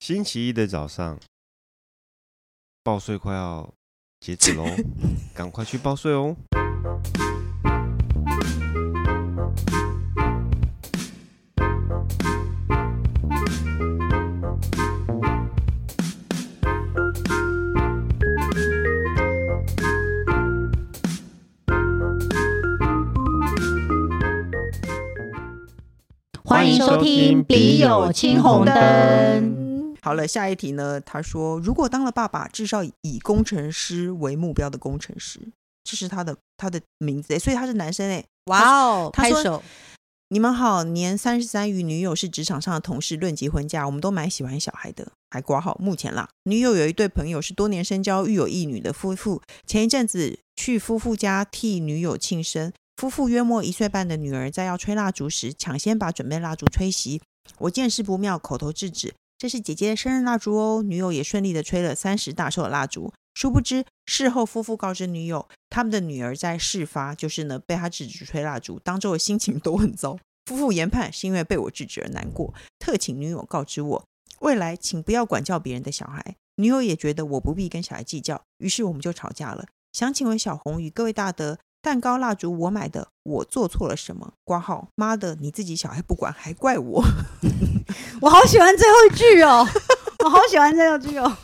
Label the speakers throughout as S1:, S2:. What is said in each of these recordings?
S1: 星期一的早上，报税快要截止 喽，赶快去报税哦。
S2: 欢迎收听《笔友青红灯》。
S3: 好了，下一题呢？他说，如果当了爸爸，至少以工程师为目标的工程师，这是他的他的名字诶，所以他是男生哎。
S2: 哇哦，
S3: 他
S2: 拍
S3: 说
S2: 手！
S3: 你们好，年三十三与女友是职场上的同事，论及婚嫁，我们都蛮喜欢小孩的，还挂号。目前啦，女友有一对朋友是多年深交、育有一女的夫妇，前一阵子去夫妇家替女友庆生，夫妇约莫一岁半的女儿在要吹蜡烛时，抢先把准备蜡烛吹熄。我见势不妙，口头制止，这是姐姐的生日蜡烛哦。女友也顺利的吹了三十大寿的蜡烛。殊不知，事后夫妇告知女友，他们的女儿在事发，就是呢被他制止吹蜡烛，当周的心情都很糟。夫妇研判是因为被我制止而难过，特请女友告知我，未来请不要管教别人的小孩。女友也觉得我不必跟小孩计较，于是我们就吵架了。想请问小红与各位大德，蛋糕蜡烛我买的，我做错了什么？挂号，妈的，你自己小孩不管还怪我。
S2: 我好喜欢最后一句哦， 我好喜欢最后一句哦。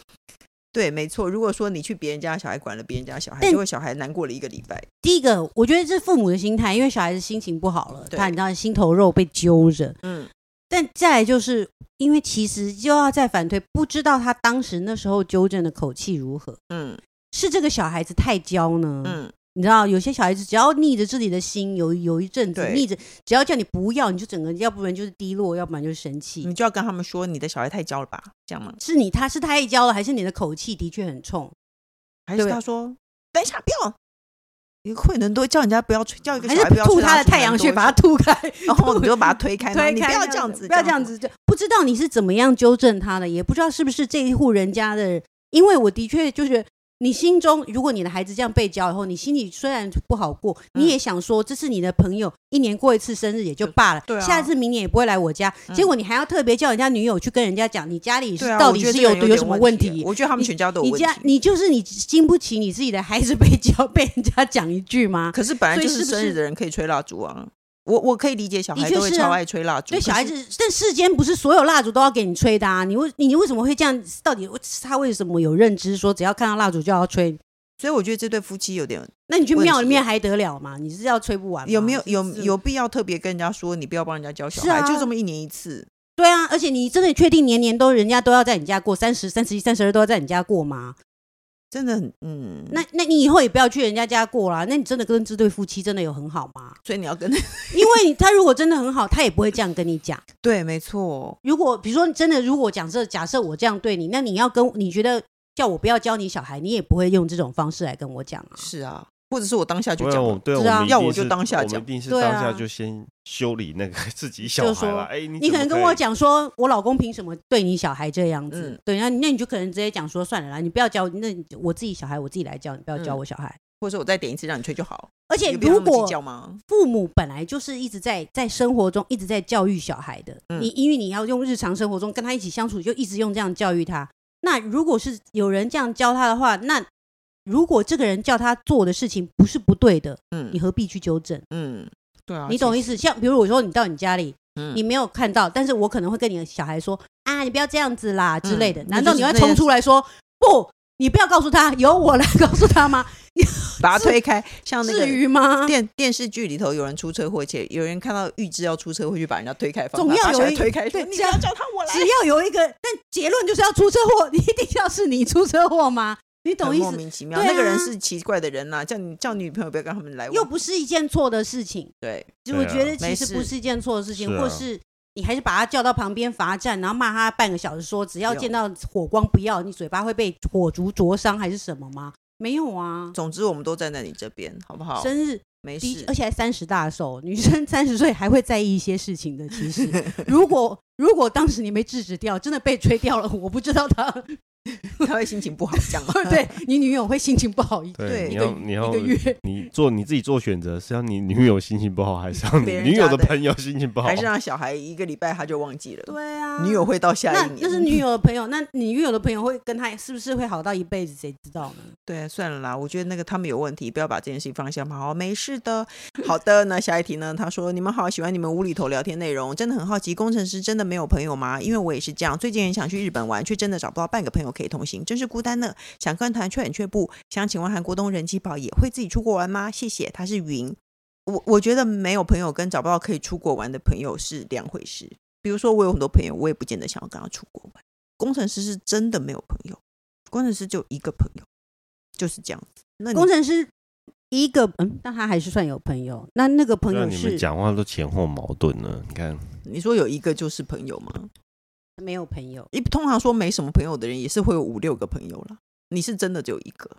S3: 对，没错。如果说你去别人家的小孩管了别人家的小孩，
S2: 但
S3: 结果小孩难过了一个礼拜。
S2: 第一个，我觉得这是父母的心态，因为小孩子心情不好了，
S3: 对
S2: 他你知道心头肉被揪着。
S3: 嗯，
S2: 但再来就是因为其实就要再反推，不知道他当时那时候纠正的口气如何，
S3: 嗯
S2: 是这个小孩子太娇呢？
S3: 嗯，
S2: 你知道，有些小孩子只要逆着自己的心，有有一阵子
S3: 对
S2: 逆着，只要叫你不要，你就整个，要不然就是低落，要不然就是生气。
S3: 你就要跟他们说你的小孩太娇了吧，这样吗？
S2: 是你他是太娇了，还是你的口气的确很冲，
S3: 还是
S2: 对
S3: 他说等一下不要，一个会能多叫人家不要吹，叫一个
S2: 还
S3: 小
S2: 是
S3: 孩不要
S2: 吐
S3: 吹
S2: 他的
S3: 蜡烛
S2: 太阳
S3: 能
S2: 穴，
S3: 多
S2: 把他
S3: 久
S2: 吐开，
S3: 然后你
S2: 吐
S3: 就把它推开，然后
S2: 推
S3: 你
S2: 开，
S3: 不要这样子，
S2: 不要这样。子，就不知道你是怎么样纠正他的，也不知道是不是这一户人家的，因为我的确就是。你心中，如果你的孩子这样被教以后，你心里虽然不好过，
S3: 嗯
S2: 你也想说这是你的朋友，一年过一次生日也就罢了，
S3: 对啊
S2: 下次明年也不会来我家。
S3: 嗯
S2: 结果你还要特别叫人家女友去跟人家讲，你家里是、
S3: 对啊，
S2: 到
S3: 我
S2: 底
S3: 觉得
S2: 是
S3: 这个
S2: 有
S3: 点
S2: 什么
S3: 问
S2: 问题？
S3: 我觉得他们
S2: 你
S3: 全家都有
S2: 你
S3: 问
S2: 家
S3: 题。
S2: 你就是你经不起你自己的孩子被教， 被人家讲一句吗？
S3: 可是本来
S2: 所以
S3: 就是
S2: 不
S3: 生日
S2: 是
S3: 的人可以吹蜡烛啊，我我可以理解小
S2: 的
S3: 孩
S2: 确
S3: 都会
S2: 是
S3: 超
S2: 啊
S3: 爱吹蜡烛，
S2: 对
S3: 可
S2: 小孩
S3: 是
S2: 子，但世间不是所有蜡烛都要给你吹的啊！你为你为什么会这样？到底他为什么有认知说只要看到蜡烛就要吹？
S3: 所以我觉得这对夫妻有点
S2: 那你去
S3: 问
S2: 庙
S3: 题
S2: 里面还得了吗？你是要吹不完吗？
S3: 有没有有
S2: 是
S3: 有必要特别跟人家说你不要帮人家教小
S2: 是
S3: 孩，
S2: 啊
S3: 就这么一年一次，
S2: 对啊，而且你真的确定年年都人家都要在你家过三十、三十一、三十二都要在你家过吗？
S3: 真的很嗯。
S2: 那那你以后也不要去人家家过啦。那你真的跟这对夫妻真的有很好吗？
S3: 所以你要跟
S2: 因为他如果真的很好，他也不会这样跟你讲。
S3: 对，没错，
S2: 如果比如说真的，如果假设假设我这样对你，那你要跟你觉得叫我不要教你小孩，你也不会用这种方式来跟我讲啊。
S3: 是啊，或者是我当下就
S1: 不然
S3: 讲
S1: 我
S3: 了，
S1: 对
S2: 是啊
S1: 们一定
S3: 要我就是当下
S1: 我们
S3: 讲
S1: 一定是当
S2: 对啊
S1: 下就先修理那个自己小
S2: 就
S1: 孩
S2: 说
S1: 了。哎，
S2: 你
S1: 你
S2: 可
S1: 可能
S2: 能跟我，讲说，我老公凭什么对你小孩这样子？
S3: 嗯
S2: 对，那你那你就可能直接讲说，算了啦，你不要教，那你我自己小孩我自己来教，你不要教
S3: 嗯
S2: 我小孩。
S3: 或者是我再点一次让你吹就好。
S2: 而且
S3: 有必要
S2: 如
S3: 那么
S2: 果
S3: 计较吗？
S2: 父母本来就是一直在在生活中一直在教育小孩的，
S3: 嗯
S2: 你因为你要用日常生活中跟他一起相处，就一直用这样教育他。那如果是有人这样教他的话，那如果这个人叫他做的事情不是不对的，
S3: 嗯
S2: 你何必去纠正？
S3: 嗯，对啊，
S2: 你懂意
S3: 思？
S2: 思？像比如我说你到你家里，
S3: 嗯
S2: 你没有看到，但是我可能会跟你的小孩说啊，你不要这样子啦之类的。
S3: 嗯
S2: 难道你
S3: 那
S2: 会
S3: 就是那
S2: 冲出来说不？你不要告诉他，由我来告诉他吗？
S3: 把它推开，像那
S2: 至
S3: 个
S2: 于吗？
S3: 电电视剧里头有人出车祸，且有人看到预知要出车祸，就把人家推开，
S2: 总要
S3: 把小
S2: 有
S3: 孩
S2: 一
S3: 推开，说
S2: 对
S3: 你不
S2: 这样
S3: 要叫他我来
S2: 只。要有一个，但结论就是要出车祸， 你一定要是你出车祸吗？你懂
S3: 很
S2: 意
S3: 莫
S2: 思？
S3: 名其妙，
S2: 对啊
S3: 那个人是奇怪的人呐、叫你叫女朋友不要跟他们来往，
S2: 又不是一件错的事情，
S3: 对，
S2: 就
S1: 对
S2: 我
S1: 啊
S2: 觉得其
S3: 没
S2: 实
S3: 事
S2: 不是一件错的事情，
S1: 是啊
S2: 或是你还是把他叫到旁边罚站，然后骂他半个小时说只要
S3: 不用
S2: 见到火光不要，你嘴巴会被火烛灼伤还是什么吗？没有啊，
S3: 总之我们都站在你这边，好不好？
S2: 生日
S3: 哦没
S2: 的
S3: 事，
S2: 而且还三十大寿，女生三十岁还会在意一些事情的。 其实，如果如果当时你没制止掉，真的被吹掉了，我不知道他？
S3: 他会心情不好，这样吗
S2: 对你女友会心情不好一
S3: 对
S1: 你
S3: 一
S2: 个
S1: 要你要
S2: 一个月，
S1: 你做你自己做选择，是让你女友心情不好，还是让你
S3: 别人
S1: 女友
S3: 家
S1: 的
S3: 的
S1: 朋友心情不好
S3: 还？是让小孩一个礼拜他就忘记了？
S2: 对啊，
S3: 女友会到下
S2: 那
S3: 一年，
S2: 那是女友的朋友，那你女友的朋友会跟他是不是会好到一辈子？谁知道呢？
S3: 对，算了啦，我觉得那个他们有问题，不要把这件事情放下嘛。好，没事的。 好的，那下一题呢？他说：“你们好，喜欢你们无厘头聊天内容，真的很好奇，工程师真的没有朋友吗？因为我也是这样，最近很想去日本玩，却真的找不到半个朋友可以同行，真是孤单呢。想跟团却很却步。想请问韩国东人气宝也会自己出国玩吗？谢谢。”他是云。我我觉得没有朋友跟找不到可以出国玩的朋友是两回事。比如说，我有很多朋友，我也不见得想要跟他出国玩。工程师是真的没有朋友，工程师就一个朋友。就是这样子。那你
S2: 嗯工程师一个，嗯，但他还是算有朋友。那那个朋
S1: 那
S2: 友
S1: 你们
S2: 是
S1: 讲话都前后矛盾了，你看，
S3: 你说有一个就是朋友吗？
S2: 没有朋友，
S3: 一通常说没什么朋友的人，也是会有五六个朋友啦。你是真的只有一个，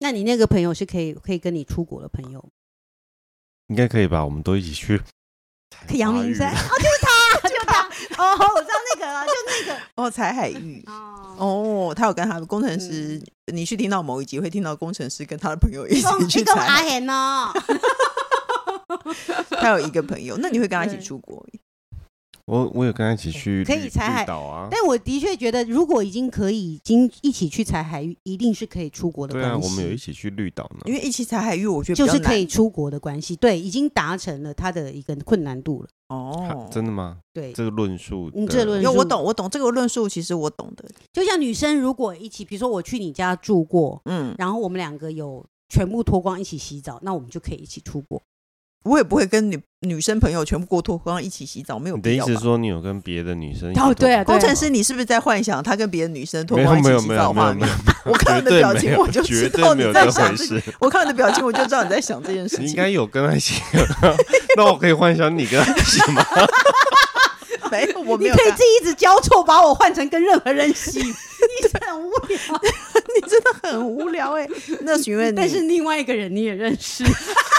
S2: 那你那个朋友是可以可以跟你出国的朋友，
S1: 应该可以吧？我们都一起去
S2: 阳
S1: 发
S2: 明
S1: 育
S2: 山，
S1: 了
S2: 哦，就是他， 就是他，哦，我知道那个 了，就那个，
S3: 哦，才 海玉。
S2: 哦，
S3: 哦，他有跟他的工程师，你去听到某一集会听到工程师跟他的朋友一起去
S2: 嗯你跟我
S3: 采
S2: 阿
S3: 海，
S2: 贤哦，
S3: 他有一个朋友，那你会跟他一起
S2: 对
S3: 出国？
S1: 我我有跟他一起去
S2: 可以
S1: 绿
S2: 才
S1: 绿
S2: 海
S1: 岛啊，
S2: 但我的确觉得，如果已经可以已经一起去采海域，一定是可以出国的
S1: 对
S2: 关系。
S1: 啊，我们有一起去绿岛呢
S3: 因。为一起采海玉，我觉得比
S2: 就
S3: 较
S2: 是可以
S3: 难
S2: 出国的关系，对，已经达成了他的一个困难度了。
S1: 哈
S3: 哦，
S1: 真的吗？
S2: 对，
S1: 这个论述的，
S2: 嗯这论
S3: 有我懂，我懂这个论述，其实我懂的。
S2: 就像女生如果一起，比如说我去你家住过，
S3: 嗯，
S2: 然后我们两个有全部脱光一起洗澡，那我们就可以一起出国。
S3: 我也不会跟女女生朋友全部过脱光一起洗澡，没有
S1: 你的
S3: 必
S1: 意
S3: 要
S1: 思
S3: 吧
S1: 是说你有跟别的女生一起
S2: 哦
S1: 脱
S2: 对啊
S1: 光
S3: 工程
S1: 吗
S3: 师，你是不是在幻想他跟别的女生脱
S1: 没有
S3: 光一
S1: 没
S3: 起
S1: 有
S3: 洗
S1: 没
S3: 澡
S1: 有
S3: 的
S1: 没
S3: 画
S1: 有没
S3: 面
S1: 有？，
S3: 我看你的
S1: 绝对
S3: 表情，
S1: 没有
S3: 我就
S1: 绝
S3: 知
S1: 对
S3: 道你
S1: 没有
S3: 在
S1: 这
S3: 想
S1: 回
S3: 这。
S1: 事。
S3: 我看你的表情，我就知道你在想这件事
S1: 你应
S3: 情。
S1: 该有跟他一起， 那我可以幻想你跟他一起吗？
S3: 没有，我哦没
S2: 你
S3: 有
S2: 可以
S3: 看。
S2: 自己一直交错，把我换成跟任何人 洗，你是很无聊。
S3: 你真的很无聊 哎、那询问你，
S2: 但是另外一个人你也认识，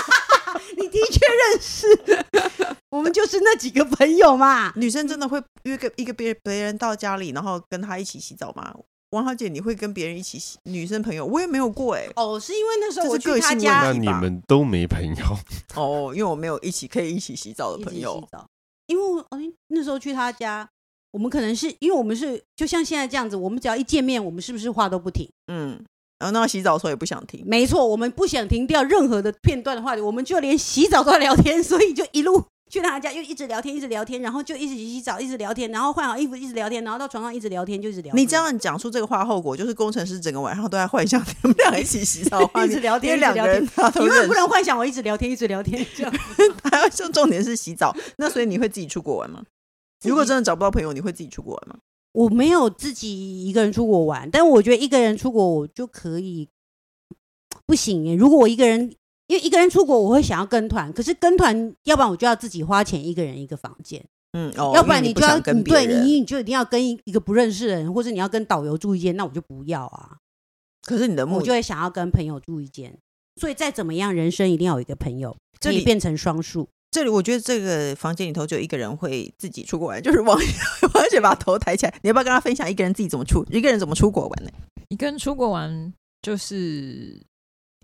S2: 你的确认识，我们就是那几个朋友嘛。
S3: 女生真的会约个一个别别人到家里，然后跟他一起洗澡吗？王小姐，你会跟别人一起洗女生朋友？我也没有 过哎、
S2: 哦，是因为那时候
S3: 这
S2: 我
S3: 是
S2: 去
S3: 个
S2: 他
S3: 性问
S2: 家
S1: 那
S3: 题
S1: 你
S3: 吧
S1: 们都没朋友，
S3: 哦，因为我没有一起可以一起洗澡
S2: 一起
S3: 的朋
S2: 洗
S3: 友。
S2: 澡，因为我哦那时候去他家，我们可能是因为我们是就像现在这样子，我们只要一见面，我们是不是话都不停？
S3: 嗯，然后那洗澡的时候也不想听。
S2: 没错，我们不想停掉任何的片段的话题，我们就连洗澡都在聊天，所以就一路去他家，又一直聊天，一直聊天，然后就一直洗澡，一直聊天，然后换好衣服，一直聊天，然后到床上一直聊天，就一直聊天。
S3: 你这样讲出这个话，后果就是工程师整个晚上都在幻想他们俩一起洗 澡的画
S2: 一直
S3: 面，
S2: 聊天
S3: 因为两个
S2: 一
S3: 人他都
S2: 你
S3: 认
S2: 为
S3: 识
S2: 不。能幻想我一直聊天，一直聊天这样。
S3: 还要重重点是洗澡。那所以你会自己出国玩吗？
S2: 自己
S3: 如果真的找不到朋友，你会自己出国玩吗？
S2: 我没有自己一个人出国玩，但我觉得一个人出国我就可以，不行耶。如果我一个人，因为一个人出国，我会想要跟团，可是跟团，要不然我就要自己花钱一个人一个房间，
S3: 嗯，哦，
S2: 要不然
S3: 因为你
S2: 就要
S3: 想跟
S2: 你
S3: 别
S2: 对
S3: 人。
S2: 你你就一定要跟一一个不认识的人，或者你要跟导游住一间，那我就不要啊，
S3: 可是你的目
S2: 我就会想要跟朋友住一间。所以再怎么样，人生一定要有一个朋友，
S3: 这
S2: 可
S3: 里
S2: 以变成双数。
S3: 这里，我觉得这个房间里头就有一个人会自己出国玩，就是 王王姐把头抬起来，你要不要跟他分享一个人自己怎么出，一个人怎么出国玩呢？
S4: 一个人出国玩就是，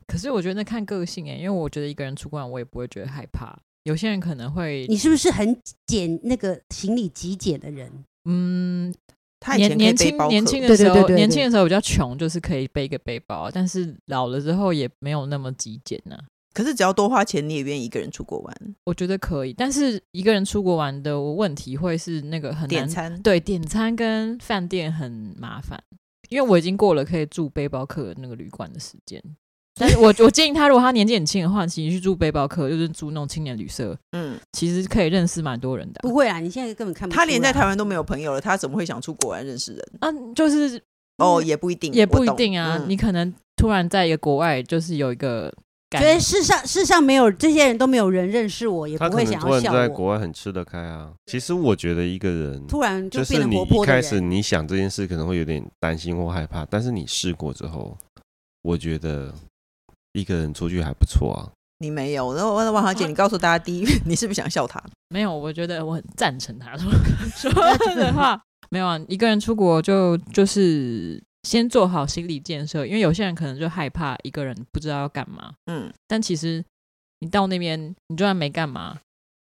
S4: 可是我觉得那看个性哎、因为我觉得一个人出国玩，我也不会觉得害怕。有些人可能会，
S2: 你是不是很简那个行李极简的人？
S4: 嗯，
S3: 他以前
S4: 年年
S3: 可以背
S4: 轻
S3: 包客
S4: 年轻的
S2: 对对
S4: 时候，
S2: 对对对
S4: 年轻的时候比较穷，就是可以背一个背包，但是老了之后也没有那么极简呢、
S3: 可是只要多花钱，你也愿意一个人出国玩，
S4: 我觉得可以，但是一个人出国玩的问题会是那个很
S3: 点
S4: 难
S3: 餐。
S4: 对，点餐跟饭店很麻烦，因为我已经过了可以住背包客的那个旅馆的时间。但是我我建议他，如果他年纪很轻的话，其实去住背包客，就是住那种青年旅社，
S3: 嗯，
S4: 其实可以认识蛮多人的啊、
S2: 不会啊，你现在根本看不出
S3: 他连在
S2: 来
S3: 台湾都没有朋友了，他怎么会想出国玩认识人？
S4: 啊嗯、就是
S3: 哦，也不一定，
S4: 也不
S3: 我
S4: 一
S3: 懂
S4: 定啊，
S3: 嗯
S4: 你可能突然在一个国外，就是有一个感
S2: 觉得世上世上没有这些人都没有人认识我，也
S1: 他
S2: 不
S1: 可
S2: 会
S1: 能
S2: 想
S1: 突
S2: 要
S1: 然
S2: 笑
S1: 在
S2: 我。
S1: 国外很吃得开啊。其实我觉得一个人
S2: 突然就是变得
S1: 你
S2: 活
S1: 一
S2: 泼的
S1: 开始
S2: 人，
S1: 你想这件事可能会有点担心或害怕，但是你试过之后，我觉得一个人出去还不错啊。
S3: 你没有。然后王王小
S4: 啊
S3: 姐，你告诉大家，第一， 你是不是想笑他？
S4: 没有，我觉得我很赞成他说说的话。没有啊，一个人出国就就是先做好心理建设，因为有些人可能就害怕一个人不知道要干嘛，
S3: 嗯，
S4: 但其实你到那边，你就算没干嘛，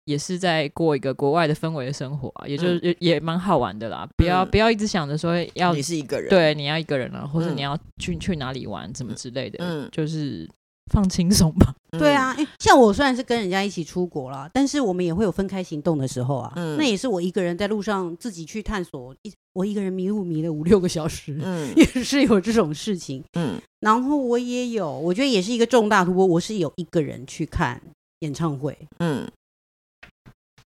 S4: 也是在过一个国外的氛围的生活啊，也就是、也也蛮好玩的啦。不要、
S3: 嗯
S4: 不要一直想着说要
S3: 你是一个人，，
S4: 对你要一个人啊，或者
S3: 嗯
S4: 你要去、去哪里玩怎么之类的，
S3: 嗯
S4: 就是放轻松吧。
S2: 对，啊，诶像我虽然是跟人家一起出国啦，但是我们也会有分开行动的时候啊。
S3: 嗯
S2: 那也是我一个人在路上自己去探索，一我一个人迷路迷了五六个小时，
S3: 嗯
S2: 也是有这种事情。
S3: 嗯
S2: 然后我也有，我觉得也是一个重大突破，我是有一个人去看演唱会，
S3: 嗯，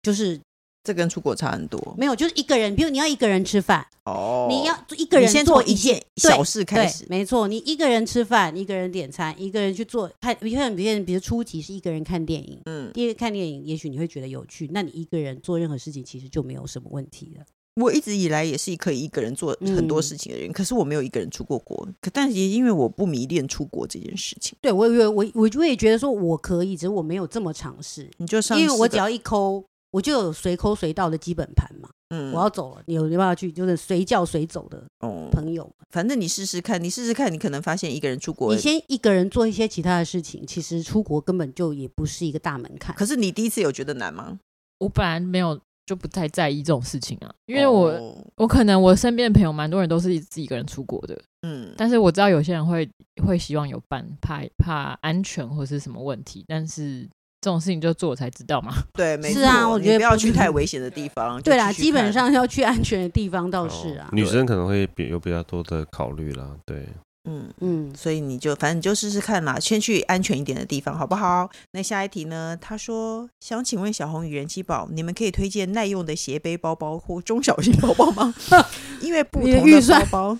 S2: 就是
S3: 这跟出国差很多
S2: 没有，就是一个人，比如你要一个人吃饭，
S3: 哦。
S2: 你要一个
S3: 你
S2: 人
S3: 先
S2: 做
S3: 从一件
S2: 对
S3: 小事开
S2: 对
S3: 始，，
S2: 没错，你一个人吃饭，一个人点餐，一个人去做看，比如像别人，比如初级是一个人看电影，
S3: 嗯，
S2: 第一个看电影，也许你会觉得有趣，那你一个人做任何事情其实就没有什么问题了。
S3: 我一直以来也是可以一个人做很多
S2: 嗯
S3: 事情的人，可是我没有一个人出过国。可但也因为我不迷恋出国这件事情，
S2: 对我，我我我就会觉得说我可以，只是我没有这么尝试，
S3: 你就上
S2: 因为我
S3: 次
S2: 只
S3: 的
S2: 要一抠，我就有随抠随到的基本盘嘛。
S3: 嗯
S2: 我要走了，你有没有办法去，就是随叫随走的
S3: 哦，
S2: 朋友嘛。
S3: 反正你试试看，你试试看，你可能发现一个人出国
S2: 你，先一个人做一些其他的事情，其实出国根本就也不是一个大门槛。
S3: 可是你第一次有觉得难吗？
S4: 我本来没有就不太在意这种事情啊，因为我、
S3: 哦
S4: 我可能我身边的朋友蛮多人都是自己一个人出国的，
S3: 嗯
S4: 但是我知道有些人会会希望有伴，怕怕安全或是什么问题，但是这种事情就做了才知道嘛。
S3: 对，没
S2: 是啊
S3: 错
S2: 我
S3: 你
S2: 觉得
S3: 不要
S2: 不
S3: 去
S2: 是
S3: 太危险的地方。就
S2: 对啦，
S3: 去去
S2: 基本
S3: 看
S2: 上要去安全的地方倒
S1: 哦
S2: 是啊。
S1: 女生可能会比有比较多的考虑啦，对，
S3: 嗯。
S2: 嗯，
S3: 所以你就反正你就试试看啦，先去安全一点的地方，好不好？那下一题呢？他说想请问小红与人气宝，你们可以推荐耐用的斜背包包或中小型包包吗？ 因为不同
S2: 你的预
S3: 包
S2: 算
S3: 包，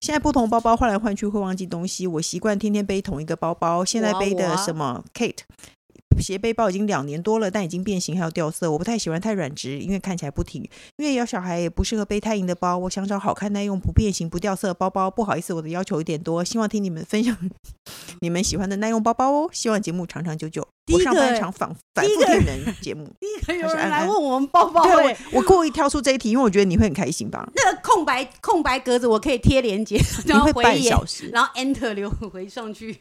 S3: 现在不同包包换来换去会忘记东西，我习惯天天背同一个包包，现在
S2: 我啊
S3: 背
S2: 我
S3: 的
S2: 啊
S3: 什么 Kate。斜背包已经两年多了，但已经变形还有掉色，我不太喜欢太软直，因为看起来不挺因为有小孩也不适合背太硬的包，我想找好看耐用、不变形、不掉色的包包。不好意思，我的要求有点多，希望听你们分享你们喜欢的耐用包包哦。希望节目长长久久。
S2: 第
S3: 我
S2: 一
S3: 上
S2: 个
S3: 班常反反
S2: 第一
S3: 复
S2: 个
S3: 听你们节 目。
S2: 有
S3: 还是安
S2: 人来
S3: 安
S2: 问我们包包、
S3: 对
S2: 欸，
S3: 啊，我我故意挑出这一题，因为我觉得你会很开 心吧？
S2: 那个空白空白格子我可以贴连接，
S3: 你
S2: 然后
S3: 会
S2: 回
S3: 半
S2: 言，
S3: 小时。
S2: 然后 Enter 留回上去，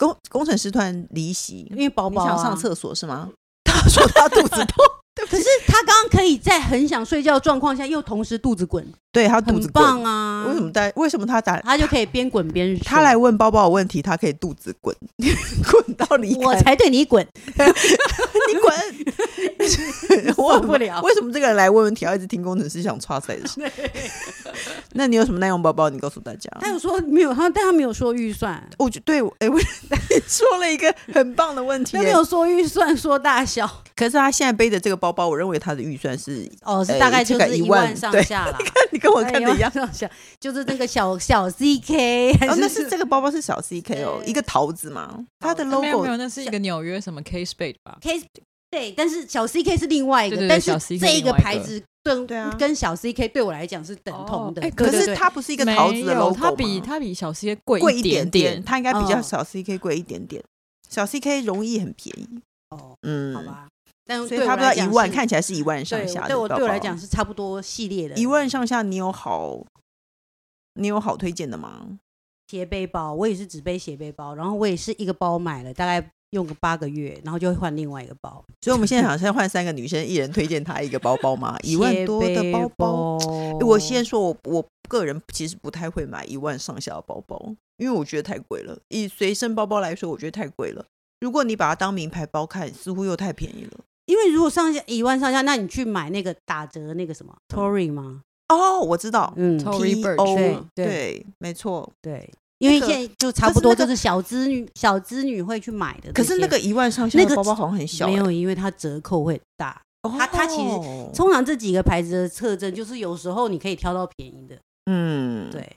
S3: 工工程师突然离席，
S2: 因为包
S3: 你
S2: 包、
S3: 想
S2: 啊、
S3: 上。厕所 是吗？他说他肚子痛，
S2: 可是他刚刚可以在很想睡觉的状况下，又同时肚子滚，
S3: 对他肚
S2: 很
S3: 子滚。
S2: 棒啊！
S3: 为什么他为什么他打
S2: 他就可以边滚边睡
S3: 他来？问包包的问题，他可以肚子滚 滚到离开？
S2: 我才对你 滚，
S3: 你滚！
S2: 受不 了
S3: 为什么这个人来问问题要一直听工程师想插塞的事？那你有什么耐用包包？你告诉大家。
S2: 他有说没有，他但他没有说预算，
S3: 我就对，哎、我 你说了一个很棒的问题哎
S2: 他没
S3: 耶。
S2: 有说预算，说大 小，
S3: 可是他现在背的这个包包，我认为他的预算是，
S2: 哦，是
S3: 哎
S2: 大概
S3: 这
S2: 就
S3: 个
S2: 是
S3: 一
S2: 一
S3: 万
S2: 万上
S3: 对
S2: 下啦。
S3: 你跟我看的一样。
S2: 哎，上下就是那个小小 CK，还
S3: 哦，
S2: 是
S3: 那是这个包包是小 CK 哦，
S2: 对
S3: 一个桃子嘛，它的
S4: 没有
S3: logo
S4: 没有，那是一个纽约什么 K Space 吧？
S2: K 对，但是小 CK 是另外一个，
S4: 对对对
S2: 但
S4: 小
S2: 是
S4: CK
S2: 这
S4: 另
S2: 个
S4: 外一
S2: 牌
S4: 个
S2: 子跟
S3: 对啊
S2: 跟小 CK 对我来讲是等同的
S4: 哦哎。
S3: 可
S4: 对对
S3: 是
S4: 对
S3: 它不是一个桃子
S4: 没
S3: 的
S4: 有
S3: logo，
S4: 它比
S3: 吗
S4: 它比小 C 贵
S3: 贵
S4: 一
S3: 一点
S4: 点
S3: 点，。它应该比较
S2: 嗯
S3: 小 CK 贵一点点，小 CK 容易很便宜，
S2: 哦，
S3: 嗯，
S2: 好吧，但
S3: 所以
S2: 对
S3: 差
S2: 我
S3: 不多
S2: 来
S3: 一
S2: 讲
S3: 万，
S2: 是
S3: 看起来是一万上
S2: 对
S3: 下的
S2: 对我
S3: 包
S2: 对我
S3: 包
S2: 来讲是差不多系列的
S3: 一万上下，你有好，你有好推荐的吗？
S2: 斜背包，我也是只背斜背包，然后我也是一个包买了大概。用个八个月，然后就会换另外一个包，
S3: 所以我们现在想先换三个女生，一人推荐她一个包包嘛，一万多
S2: 斜
S3: 的
S2: 背
S3: 包包。
S2: 包。
S3: 我先说我，我个人其实不太会买一万上下的包包，因为我觉得太贵了。以随身包包来说，我觉得太贵了。如果你把它当名牌包看，似乎又太便宜了。
S2: 因为如果上下一万上下，那你去买那个打折那个什么 Tory 吗？
S3: 哦，我知道
S2: 嗯，
S4: 嗯 Tory
S3: ，P
S4: Burch，
S3: O，
S2: 对对
S3: 对，没错。
S2: 对，因为
S3: 那
S2: 现
S3: 个
S2: 在就差不多
S3: 可是那
S2: 就
S3: 个
S2: 是小资女小资女会去买的这
S3: 可
S2: 些。
S3: 是那个一万上下
S2: 那
S3: 的
S2: 个
S3: 包包好像很小、欸
S2: 没有，因为它折扣会很大。
S3: 哦，
S2: 它它其实通常这几个牌子的特征就是有时候你可以挑到便宜的，
S3: 嗯，
S2: 对，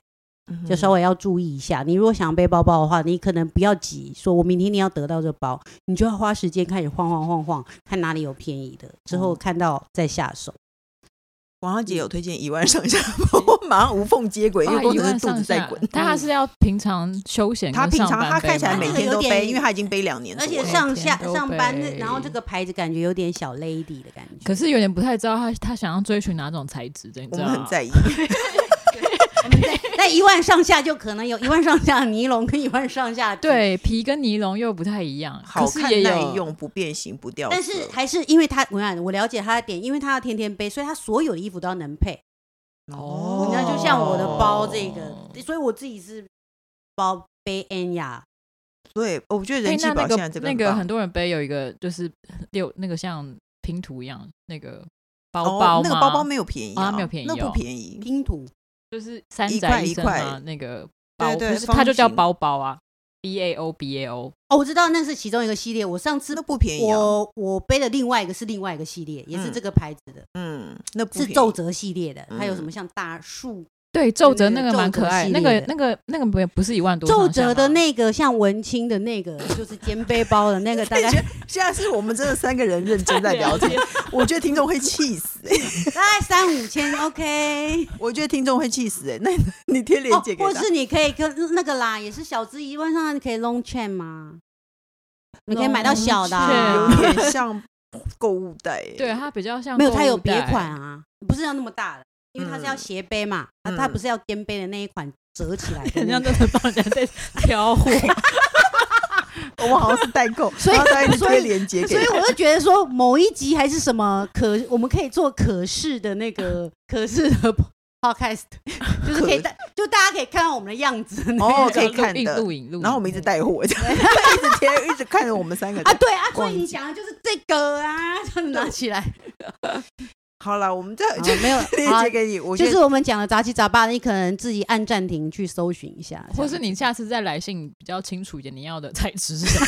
S3: 嗯，
S2: 就稍微要注意一下。你如果想要背包包的话，你可能不要急，说我明天你要得到这包，你就要花时间开始晃晃晃晃，看哪里有便宜的，之后
S3: 嗯
S2: 看到再下手。
S3: 王小姐有推荐一万上下，
S2: 嗯
S3: 我马上无缝接轨，因为
S4: 啊
S3: 工
S4: 一
S3: 程师
S4: 万
S3: 肚
S4: 上
S3: 子在
S4: 下
S3: 滚。，
S4: 但他是要平常休闲
S3: 他
S4: 跟
S3: 平
S4: 上班背
S3: 常
S4: 吗，
S3: 他看起来每天
S2: 这个有
S3: 都背，
S2: 点
S3: 因为他已经背两年多
S2: 而
S3: 了，
S2: 且上下
S4: 每天都
S2: 上班，那
S4: 背
S2: 然后这个牌子感觉有点小 lady 的感觉。
S4: 可是有
S2: 嗯
S4: 点不太知道他他想要追寻哪种材质的，你
S3: 我
S4: 知道
S3: 们
S4: 吗？
S3: 很在意。
S2: 但一万上下就可能有一万上下的尼龙跟一万上下的 纸，
S4: 对皮跟尼龙又不太一样，
S3: 好
S4: 可是
S3: 看
S4: 也
S3: 耐
S4: 有
S3: 用，不变形不掉色。
S2: 但是还是因为他，我想我了解他的点，因为他要天天背，所以他所有的衣服都要能配。
S4: 哦
S2: 那就像我的包这
S4: 哦
S2: 个，所以我自己是包背安雅，
S3: 对，我觉得
S4: 哎
S3: 人气
S4: 那
S3: 宝
S4: 那
S3: 现在这
S4: 个那个
S3: 很
S4: 很多人背有一个就是六那个像拼图一样那个包
S3: 哦
S4: 包吗、
S3: 那个包包没有便宜啊
S4: 哦它没有便宜
S3: 那不
S4: 哦
S3: 便宜。
S2: 拼图
S4: 就是三
S3: 一
S4: 宅
S3: 块
S4: 一
S3: 一
S4: 生
S3: 块
S4: 嘛，那个包，
S3: 对对
S4: 不是
S3: 方
S4: 它就叫
S3: 形
S4: 包包啊，B A O B A O，
S2: 哦，我知道那是其中一个系列。我上次
S3: 那不便宜啊，
S2: 我我背的另外一个是另外一个系列，也是
S3: 嗯
S2: 这个牌子的，
S3: 嗯，那不
S2: 是
S3: 便宜
S2: 皱褶系列的。
S3: 嗯
S2: 还有什么像大树
S4: 对，皱褶
S2: 那
S4: 那
S2: 个
S4: 个蛮
S2: 皱
S4: 可
S2: 褶
S4: 爱，
S2: 系
S4: 那
S2: 列
S4: 个
S2: 的
S4: 那个那个没有不是一万多上啊下
S2: 皱
S4: 吗，
S2: 褶的那个，像文青的那个，就是肩背包的那 个，大概
S3: 现在是我们真的三个人认真
S4: 啊
S3: 在聊天，我觉得听众会气死、欸，
S2: 大概三五千，OK。
S3: 我觉得听众会气死、欸。那你贴链
S2: 哦
S3: 接，给
S2: 或
S3: 他，
S2: 是你可以跟那个啦，也是小资一万上，你可以 long chain 吗？你可以买到小的、啊
S4: Long
S3: 有，点像购物袋、欸。
S4: 对，它比较像
S2: 没有，
S4: 购
S2: 它有
S4: 物
S2: 别
S4: 袋
S2: 款啊，不是要那么大的，因为它是要
S3: 嗯
S2: 斜背嘛，啊
S3: 嗯
S2: 它不是要肩背的那一款折起来的
S4: 很
S2: 那
S4: 像
S2: 个。
S4: 真的帮人家在挑货，啊
S3: 我们好像是代购，
S2: 所以
S3: 然后再一直
S2: 所
S3: 贴
S2: 以
S3: 链接给
S2: 所以
S3: 他。
S2: 我就觉得说，某一集还是什么可，我们可以做可视的那 个可视的 podcast，就是可以
S3: 可
S2: 大，就大家可以看到我们的样子的那
S3: 哦
S2: 种
S3: 可以
S4: 录
S3: 看
S4: 影
S3: 的
S4: 录影录影，
S3: 然后我们一直带货，这样一直贴，一直看着我们三个。
S2: 啊，对啊，所
S3: 忘
S2: 以
S3: 记
S2: 你讲的就是这个啊，这样拿起来，
S3: 好了，我们再
S2: 啊
S3: 就
S2: 没有
S3: 链
S2: 好
S3: 接给你。我觉
S2: 啊就
S3: 得
S2: 是我们讲的杂七杂八，你可能自己按暂停去搜寻一下，
S4: 或是
S2: 你
S4: 你下次再来信比较清楚一点，你要的材质是什么？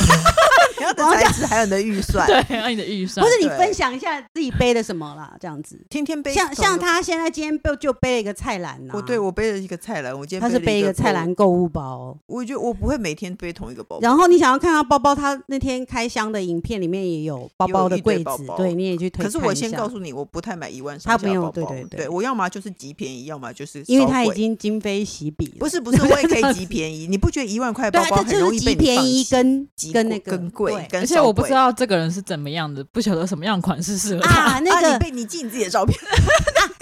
S3: 你要的材质还有你的预算，
S4: 对，然后你的预算
S2: 或。是你
S3: 对
S2: 分享一下自己背的什么啦，这样子。
S3: 天天背
S2: 像
S3: 同一
S2: 像
S3: 个，
S2: 他现在今天背就背了一个菜篮呐、啊
S3: 我对我背了一个菜篮，我今天
S2: 他是
S3: 了
S2: 背一个菜
S3: 购物
S2: 篮购物包。
S3: 我觉得我不会每天背同一个包包，
S2: 然后你想要看他包包，他那天开箱的影片里面也有包包的柜子，
S3: 有一堆包包
S2: 对，你也去推。
S3: 可是我先告，诉你，我不太买一万
S2: 他
S3: 上下
S2: 没有
S3: 包包。
S2: 对对对
S3: 对，我要么就是极便宜，要么就是
S2: 因为
S3: 稍
S2: 他已
S3: 贵
S2: 经今非昔比了。
S3: 不是 不是，我也可以极便宜。你不觉得一万块
S2: 对
S3: 包
S2: 啊，
S3: 包
S2: 他
S3: 很
S2: 就
S3: 容
S2: 是
S3: 易被
S2: 极
S3: 你
S2: 便
S3: 放
S2: 宜
S3: 弃
S2: 跟
S3: 极
S2: 跟那个
S3: 跟贵
S2: 对，
S3: 跟啊
S4: 而且
S3: 稍
S4: 我不知
S3: 贵
S4: 道这个人是怎么样的，不晓得什么样的款式适合他。
S2: 啊，那
S3: 啊，
S2: 个
S3: 你被你记你自己的照片，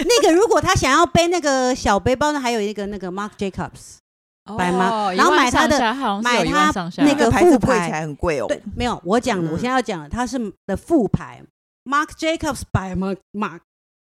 S2: 那个，如果他想要背那个小背包呢，还有一个那个 Mark Jacobs，白吗
S4: 哦
S2: 然后买他的
S4: 一万上下好像是有
S2: 买
S4: 一
S2: 他
S4: 万上下
S2: 那
S3: 个
S2: 个
S3: 牌子
S2: 副
S3: 贵
S2: 牌
S3: 起来很贵哦。
S2: 对，没有我讲的，
S3: 嗯
S2: 我现在要讲的，他是的副牌 Mark Jacobs by Mark Mark，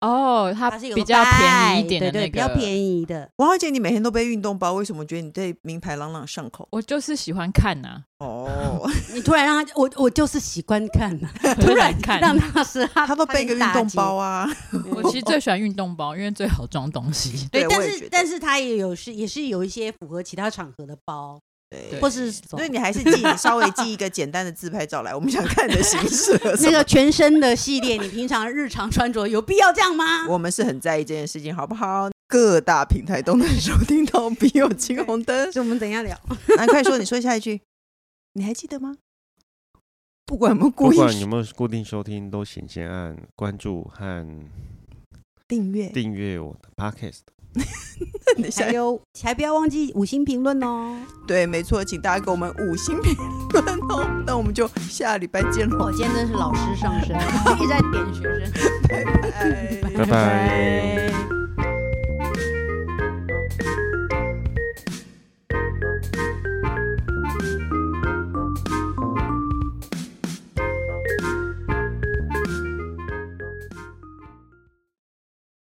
S4: 哦，它
S2: 它是有
S4: 比
S2: 个
S4: 较便宜
S2: by，
S4: 一点的
S2: 对
S4: 那
S2: 对，
S4: 个，
S2: 比较便宜的。
S3: 王小姐，你每天都背运动包，为什么觉得你对名牌朗朗上 口？
S4: 我就是喜欢看啊呐、
S3: 哦，
S2: 你突然让他，我我就是习惯看 呐、
S4: 啊，
S2: 突然
S4: 看。
S2: 让他是他
S3: 她都背个运动包
S2: 啊。
S3: 啊，
S4: 我 其实最喜欢运动包，因为最好装东西。
S2: 对，但
S3: 我也觉
S2: 是
S3: 得
S2: 但是他也有是也是有一些符合其他场合的包，
S3: 对
S2: 或是什么
S3: 所以你还是记，你稍微记一个简单的自拍照来，我们想看你的形式。
S2: 那个全身的系列，你平常日常穿着有必要这样吗？
S3: 我们是很在意这件事情，好不好？各大平台都能收听到《笔友
S2: 嗯
S3: 青红 灯》
S2: 所以我们等一下聊。
S3: 啊。那快说，你说下一句，你还记得吗？不管我们
S1: 不
S3: 故意
S1: 管有没有固定收听，都请先按关注和
S3: 订阅，
S1: 订阅我的 podcast。
S3: 你下
S2: 还有还不要忘记五星评论哦。
S3: 对，没错，请大家给我们五星评论哦。那我们就下礼拜见喽，
S2: 我哦今天真是老师上身，一直在点学生。
S3: 拜
S1: 拜
S3: 拜。
S1: 拜。